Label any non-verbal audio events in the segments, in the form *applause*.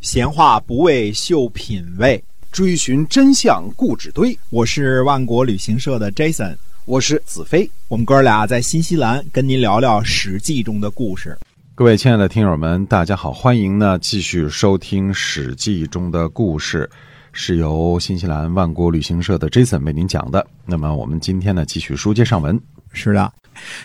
闲话不为秀品味，追寻真相故纸堆。我是万国旅行社的 Jason，我是子飞。我们哥俩在新西兰跟您聊聊《史记》中的故事。各位亲爱的听友们，大家好，欢迎呢继续收听《史记》中的故事，是由新西兰万国旅行社的 Jason 为您讲的。那么我们今天呢，继续书接上文。是的，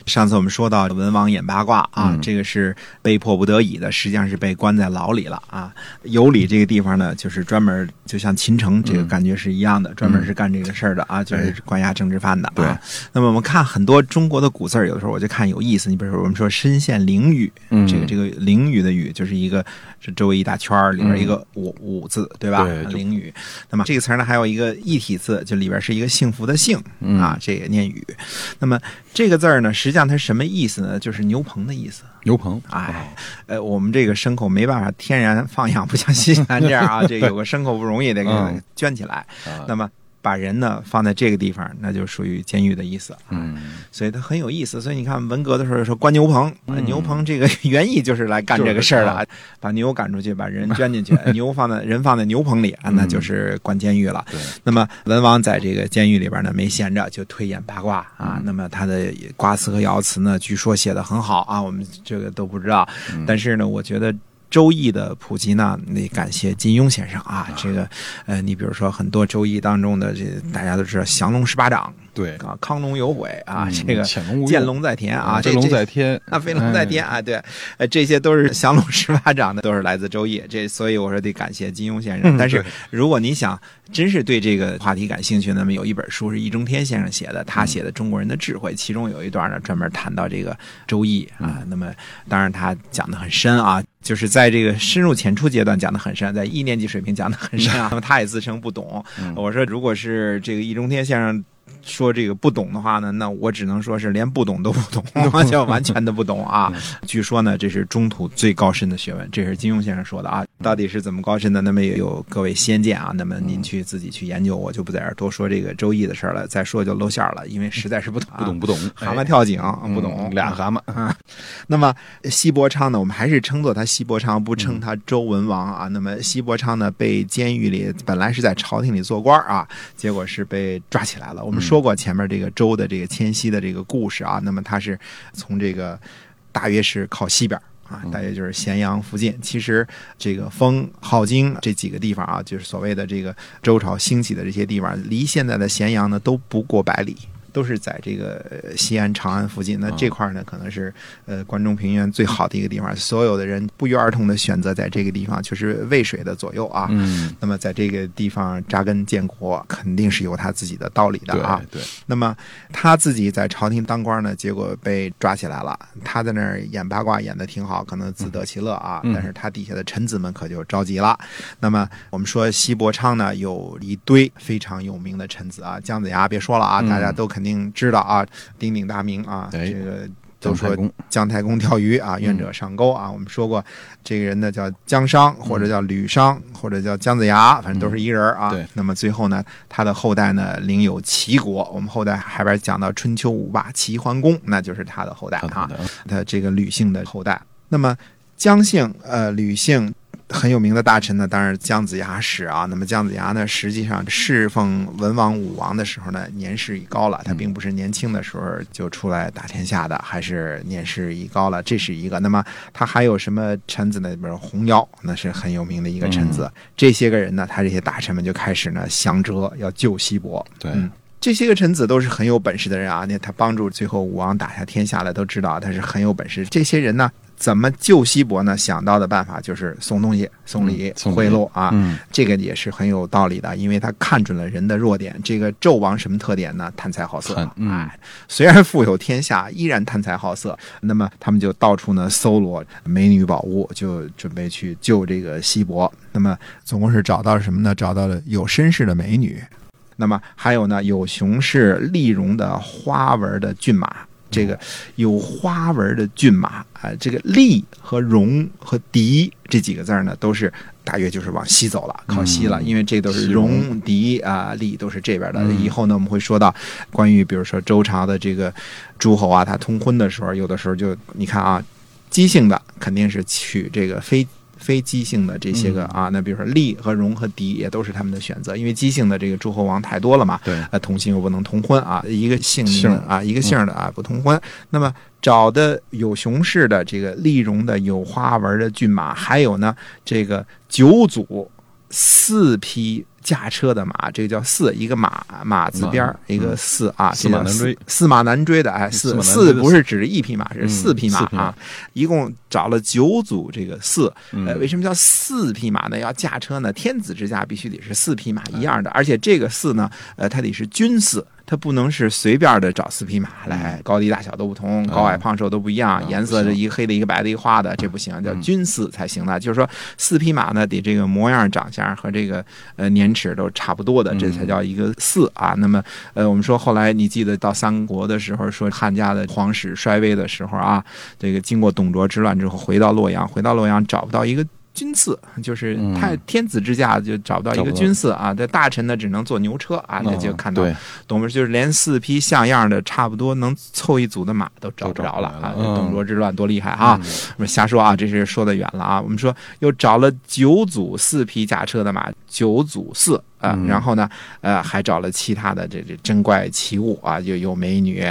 上次我们说到文王演八卦啊，嗯这个是被迫不得已的，实际上是被关在牢里了啊。有里这个地方呢，就是专门就像秦城这个感觉是一样的，专门是干这个事儿的啊，就是关押政治犯的、啊。嗯哎对那么我们看很多中国的古字儿，有的时候我就看有意思，你比如说我们说身陷囹圄，嗯这个这个囹圄的圄就是一个是周围一大圈儿，里边一个五、五字，对吧？嗯对就囹圄。那么这个词儿呢，还有一个异体字，就里边是一个幸福的幸、嗯啊，这个念雨。那么这个字儿呢，实际上它什么意思呢？就是牛棚的意思。牛棚，哎，哦呃，我们这个牲口没办法天然放养，不像新西兰这样 *laughs* 啊，这有个牲口不容易，得给它嗯圈起来。啊那么把人呢放在这个地方，那就属于监狱的意思。嗯，所以它很有意思。所以你看文革的时候说关牛棚，呃牛棚这个原意就是来干这个事儿的，就把牛赶出去，把人圈进去，牛放在人放在牛棚里，啊，那就是关监狱了。对那么文王在这个监狱里边呢，没闲着，就推演八卦啊。那么他的卦辞和爻辞呢，据说写的很好啊，我们这个都不知道。但是呢，我觉得。《周易》的普及呢，得感谢金庸先生啊。这个，呃，你比如说很多《周易》当中的这，大家都知道降龙十八掌对啊，康龙有悔啊，嗯这个潜龙勿见用龙在田啊，这飞龙这在嗯天， *laughs* 啊，飞龙在天啊，对，呃，这些都是 *laughs* 降龙十八掌的，都是来自《周易》。这所以我说得感谢金庸先生。但是嗯对如果你想真是对这个话题感兴趣，那么有一本书是易中天先生写的，他嗯写的《中国人的智慧》，其中有一段呢专门谈到这个《周易》啊。嗯那么当然他讲的很深啊，就是在这个深入浅出阶段讲的很深，在一年级水平讲的很深啊。那么他也自称不懂，我说如果是这个易中天先生。说这个不懂的话呢，那我只能说是连不懂都不懂，就完全的不懂啊。据说呢，这是中土最高深的学问，这是金庸先生说的啊。到底是怎么高深的？那么也有各位先见啊，那么您去自己去研究，我就不在这儿多说这个《周易》的事儿了，再说就露馅儿了，因为实在是不懂、啊，不懂不懂，蛤蟆跳井，不懂哎嗯俩蛤蟆，那么西伯昌呢，我们还是称作他西伯昌，不嗯称他周文王啊。那么西伯昌呢，被监狱里本来是在朝廷里做官啊，结果是被抓起来了。嗯我们说过前面这个周的这个迁徙的这个故事啊，那么他是从这个大约是靠西边。啊，嗯大约就是咸阳附近。其实这个丰、镐京这几个地方啊，就是所谓的这个周朝兴起的这些地方，离现在的咸阳呢都不过百里，都是在这个呃西安、长安附近。嗯那这块儿呢，可能是呃关中平原最好的一个地方，所有的人不约而同的选择在这个地方，就是渭水的左右啊。嗯，那么在这个地方扎根建国，肯定是有他自己的道理的对啊。对，那么他自己在朝廷当官呢，结果被抓起来了。他在那儿演八卦演的挺好，可能自得其乐啊。嗯但是他底下的臣子们可就着急了。那么我们说西伯昌呢，有一堆非常有名的臣子啊，姜子牙别说了啊，嗯大家都肯定知道啊，鼎鼎大名啊，哎这个。都姜说太公嗯姜太公钓鱼啊，愿者上钩啊。我们说过，这个人呢叫姜商，或者叫吕商，或者叫姜子牙，反正都是一人儿啊。嗯对那么最后呢，他的后代呢领有齐国。我们后代还边讲到春秋五霸齐桓公，那就是他的后代看啊看，的，他这个吕姓的后代。那么姜姓呃吕姓。很有名的大臣呢，当然是姜子牙是啊。那么姜子牙呢，实际上侍奉文王、武王的时候呢，年事已高了，他并不是年轻的时候就出来打天下的，还是年事已高了，这是一个。那么他还有什么臣子呢？比如红妖，那是很有名的一个臣子。这些个人呢，他这些大臣们就开始呢降折，要救西伯。对，嗯这些个臣子都是很有本事的人啊，那他帮助最后武王打下天下的都知道他是很有本事。这些人呢，怎么救西伯呢？想到的办法就是送东西、送礼嗯、送礼贿赂啊，嗯这个也是很有道理的，因为他看准了人的弱点。这个纣王什么特点呢？贪财好色贪，嗯哎，虽然富有天下，依然贪财好色。那么他们就到处呢搜罗美女宝物，就准备去救这个西伯。那么总共是找到了什么呢？找到了有身世的美女，那么还有呢，有雄氏丽绒的花纹的骏马，这个有花纹的骏马啊、这个丽和绒和狄这几个字儿呢，都是大约就是往西走了，靠西了，嗯因为这都是西戎戎狄啊、丽都是这边的。嗯以后呢，我们会说到关于比如说周朝的这个诸侯啊，他通婚的时候，有的时候就你看啊，姬姓的肯定是娶这个非非姬姓的这些个啊，那比如说厉和戎和狄也都是他们的选择，因为姬姓的这个诸侯王太多了嘛，对，啊，同姓又不能同婚啊，一个姓名姓嗯的啊，一个姓儿的啊不同婚。那么找的有熊氏的这个丽戎的有花纹的骏马，还有呢这个九组四匹。驾车的马，这个叫四，一个马马字边儿，马嗯一个四啊，四这马叫难四追，四马难追的，哎，四四马难追的不是指一匹马，是嗯四匹马四匹马啊，一共找了九组这个四，呃，嗯为什么叫四匹马呢？要驾车呢，天子之驾必须得是四匹马一样的，而且这个四呢，呃，它得是军四。它不能是随便的找四匹马来，高低大小都不同，高矮胖瘦都不一样，颜色是一个黑的、一个白的、一个花的，这不行，叫军四才行的。就是说，四匹马呢，得这个模样、长相和这个呃年齿都差不多的，这才叫一个四啊。那么，呃，我们说后来你记得到三国的时候，说汉家的皇室衰微的时候啊，这个经过董卓之乱之后，回到洛阳，回到洛阳找不到一个。军次就是嗯太天子之下就找不到一找个不到哦军次啊，这大臣呢只能坐牛车啊，那就看到对，董卓就是连四匹像样的差不多能凑一组的马都找不着了啊！都找不着了嗯董卓之乱多厉害啊！我们瞎说啊，这是说的远了啊。我们说又找了九组四匹驾车的马，九组四。啊、嗯然后呢，呃，还找了其他的这这珍怪奇物啊，有有美女，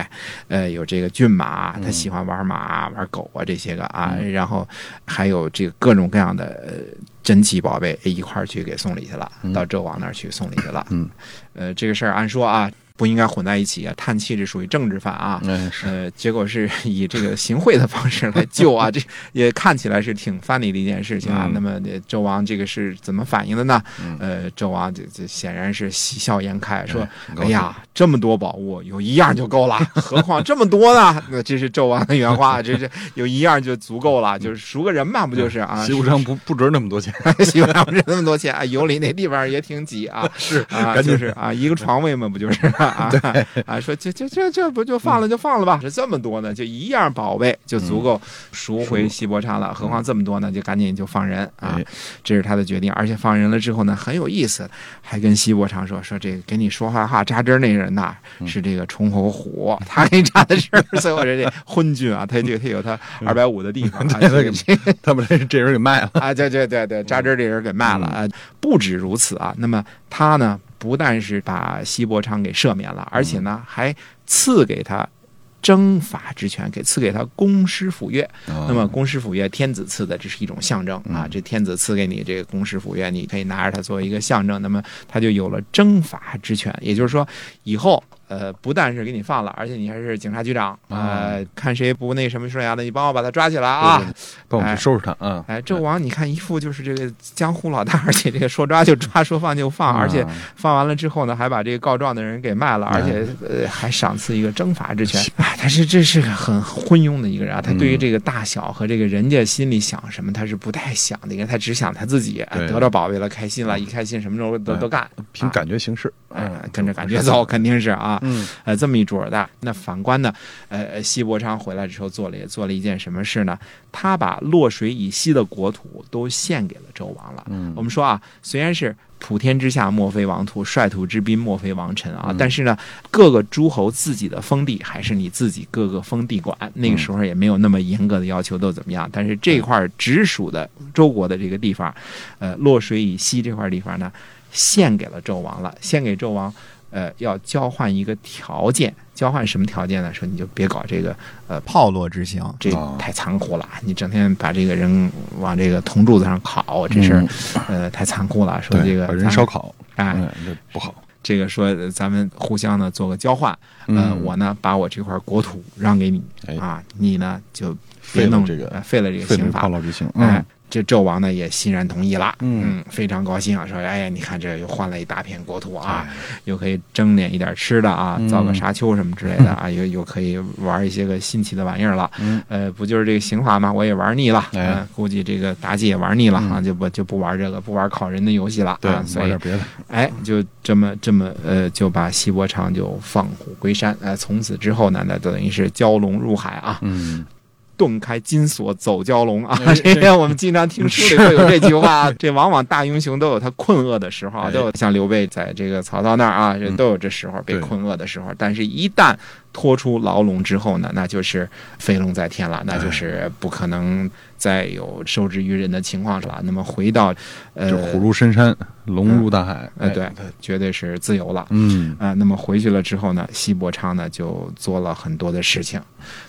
呃，有这个骏马，他喜欢玩马、玩狗啊这些个啊，然后还有这个各种各样的呃珍奇宝贝哎一块儿去给送礼去了，到周王那儿去送礼去了。嗯，呃，这个事儿按说啊不应该混在一起啊，叹气这属于政治犯啊。嗯是，呃，结果是 *laughs* 以这个行贿的方式来救 *laughs* 啊，这也看起来是挺 funny 的一件事情啊。嗯那么这周王这个是怎么反应的呢？嗯呃，周王这这显然是喜笑颜开，说：“很高哎兴呀，这么多宝物，有一样就够了，何况这么多呢？”那这是周王的原话，这是有一样就足够了，就是赎个人嘛，不就是啊？西湖上不不值那么多钱，西班牙不是那么多钱啊，有理那地方也挺挤 *laughs* 啊，是啊，赶紧就是啊，一个床位嘛，不就是啊啊？说这这这这不就放嗯了就放了吧，这这么多呢，就一样宝贝就足够赎回西伯昌了，何况这么多呢，就赶紧就放人啊嗯哎，这是他的决定，而且放人了之后呢，很有意思，还跟西伯昌说说这个给你说坏话扎针儿那人呐嗯是这个崇侯虎，他给你扎的是所有人这昏君啊，他就他有他二百五的地方啊，嗯 *laughs* 对这个他把这这人给卖了， *laughs* 啊，对对对对，扎针儿这人给卖嗯了啊！不止如此啊，那么他呢，不但是把西伯昌给赦免了，而且呢，嗯还赐给他。征伐之权给赐给他公师府钺，那那么公师府钺天子赐的，这是一种象征嗯啊。这天子赐给你这个公师府钺，你可以拿着它作为一个象征，那么他就有了征伐之权。也就是说，以后呃不但是给你放了，而且你还是警察局长，哦呃，看谁不那什么顺眼的，你帮我把他抓起来啊。对对帮我们去收拾他啊，哎，纣王，你看一副就是这个江湖老大，而 *laughs* 且这个说抓就抓，说放就放，而且啊放完了之后呢，还把这个告状的人给卖了，哎而且呃还赏赐一个征伐之权。啊，他是这是个很昏庸的一个人啊，他嗯对于这个大小和这个人家心里想什么，他是不太想的一个人，他只想他自己哎对啊得到宝贝了，开心了，一开心什么都都都干，啊凭感觉行事，哎，跟着感觉 *laughs* 走，肯定是啊。嗯呃，这么一主儿的。那反观呢，呃，西伯昌回来之后做了也做了一件什么事呢？他把洛水以西的国土都献给了周王了。嗯我们说啊，虽然是普天之下莫非王土，率土之滨莫非王臣啊，嗯但是呢，各个诸侯自己的封地还是你自己各个封地管。那个时候也没有那么严格的要求都怎么样，但是这块儿直属的周国的这个地方，呃，洛水以西这块地方呢，献给了纣王了，献给纣王。呃，要交换一个条件，交换什么条件呢？说你就别搞这个啊呃炮烙之刑，这哦太残酷了。你整天把这个人往这个铜柱子上烤，这事儿、呃太残酷了。说嗯对，这个把咱人烧烤，哎，嗯，这不好，这个说呃咱们互相呢做个交换，呃，嗯我呢把我这块国土让给你哎啊，你呢就废别了弄这个呃废了这个废刑了法炮烙之刑，哎嗯，这纣王呢也欣然同意了，嗯嗯，非常高兴啊，说哎呀，你看这又换了一大片国土哎啊，又可以蒸点一点吃的啊，嗯造个沙丘什么之类的 *laughs* 啊，又又可以玩一些个新奇的玩意儿了，嗯呃，不就是这个刑法吗？我也玩腻了，哎嗯呃估计这个妲己也玩腻了啊，就不就不玩这个不玩烤人的游戏了，对，啊，玩所以点别的，哎，就这么这么呃，就把西伯昌就放虎归山，哎、从此之后呢，那等于是蛟龙入海啊，嗯，顿开金锁走蛟龙啊！哎这个我们经常听书里会有这句话啊，这往往大英雄都有他困厄的时候啊，哎嗯都有像刘备在这个曹操那儿啊，这都有这时候被对困厄的时候。但是，一旦脱出牢笼之后呢，那就是飞龙在天了，那哎就是不可能再有受制于人的情况了。那么回到呃嗯就虎入深山，龙入大海。哎呃，对，绝对是自由了。嗯，啊、那么回去了之后呢，西伯昌呢就做了很多的事情，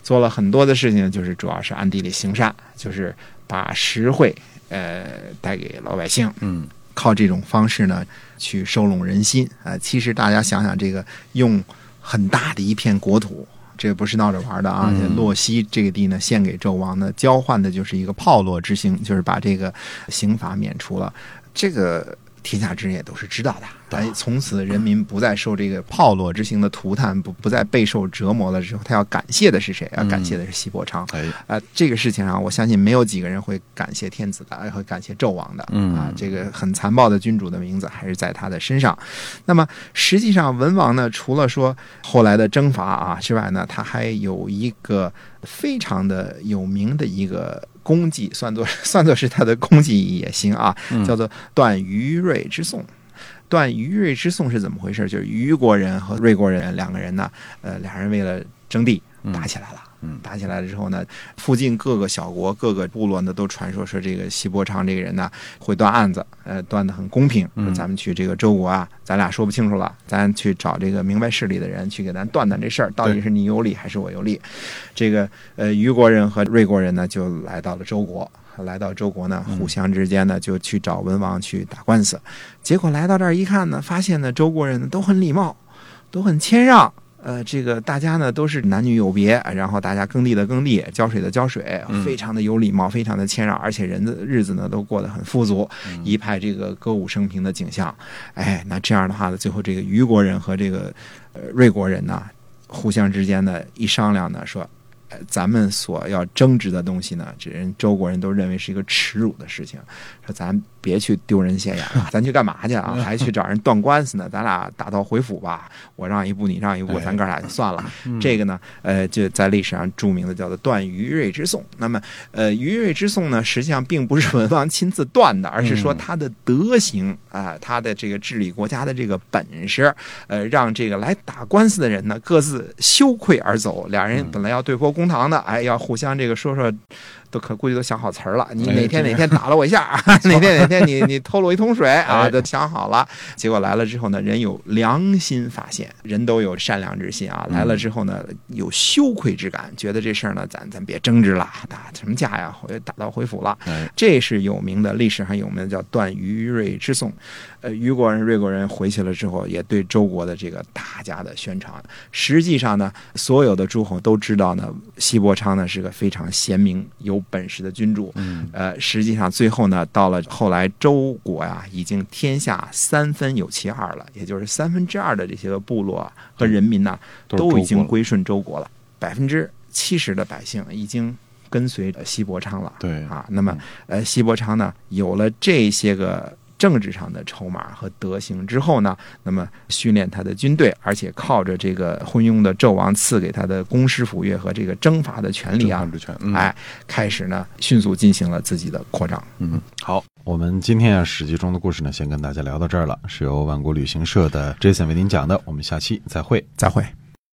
做了很多的事情，就是主要是暗地里行善，就是把实惠呃带给老百姓，嗯，靠这种方式呢去收拢人心啊、其实大家想想，这个用很大的一片国土。这不是闹着玩的啊！嗯这洛西这个地呢，献给纣王呢，交换的就是一个炮烙之刑，就是把这个刑罚免除了。这个天下之人也都是知道的。哎，从此人民不再受这个炮烙之刑的涂炭，不不再备受折磨了之后，他要感谢的是谁？要感谢的是西伯昌。哎，啊，这个事情上，我相信没有几个人会感谢天子的，哎会感谢纣王的。嗯啊，这个很残暴的君主的名字还是在他的身上。那么实际上，文王呢，除了说后来的征伐啊之外呢，他还有一个非常的有名的一个功绩，算作 *laughs* 算作是他的功绩也行啊，嗯叫做断于芮之讼。断于芮之讼是怎么回事？就是虞国人和芮国人两个人呢，呃，俩人为了争地打起来了。嗯打起来了之后呢，附近各个小国、各个部落呢，都传说说这个西伯昌这个人呢会断案子，呃，断的很公平。说咱们去这个周国啊，咱俩说不清楚了，咱去找这个明白事理的人去给咱断断这事儿，到底是你有理还是我有理？这个呃，虞国人和芮国人呢，就来到了周国。来到周国呢，互相之间呢就去找文王去打官司，结果来到这儿一看呢，发现呢周国人呢都很礼貌，都很谦让。呃，这个大家呢都是男女有别，然后大家耕地的耕地，浇水的浇水，非常的有礼貌，非常的谦让，而且人的日子呢都过得很富足，一派这个歌舞升平的景象。哎，那这样的话呢，最后这个虞国人和这个呃芮国人呢，互相之间呢一商量呢，说。呃咱们所要争执的东西呢，这人周国人都认为是一个耻辱的事情，说咱别去丢人现眼了，咱去干嘛去啊？还去找人断官司呢？咱俩打道回府吧，我让一步，你让一步，咱哥俩就算了。这个呢，呃，就在历史上著名的叫做断于芮之讼。那么，呃，于芮之讼呢，实际上并不是文王亲自断的，而是说他的德行啊、他的这个治理国家的这个本事，呃，让这个来打官司的人呢各自羞愧而走。俩嗯人本来要对簿公堂的，哎，要互相这个说说。都可估计都想好词儿了，你哎哪天这哪天打了我一下 *laughs* 啊，哪天哪天你你偷了我一桶水啊，哎都想好了。结果来了之后呢，人有良心发现，人都有善良之心啊。嗯来了之后呢，有羞愧之感，觉得这事儿呢，咱咱别争执了，打什么架呀，回打道回府了。哎，这是有名的，历史上有名的叫断于芮之讼。呃，虞国人、芮国人回去了之后，也对周国的这个大家的宣传。实际上呢，所有的诸侯都知道呢，西伯昌呢是个非常贤明、有本事的君主。嗯，呃，实际上最后呢，到了后来周国呀、已经天下三分有其二了，也就是三分之二的这些个部落啊和人民呐、是周都已经国了归顺周国了，百分之七十的百姓已经跟随呃西伯昌了。对啊，那么嗯呃，西伯昌呢，有了这些个政治上的筹码和德行之后呢，那么训练他的军队，而且靠着这个昏庸的纣王赐给他的公师府乐和这个征伐的权利啊政，治权，嗯，哎，开始呢迅速进行了自己的扩张。嗯，好，我们今天啊《史记》中的故事呢，先跟大家聊到这儿了，是由万国旅行社的 Jason 为您讲的，我们下期再会。再会。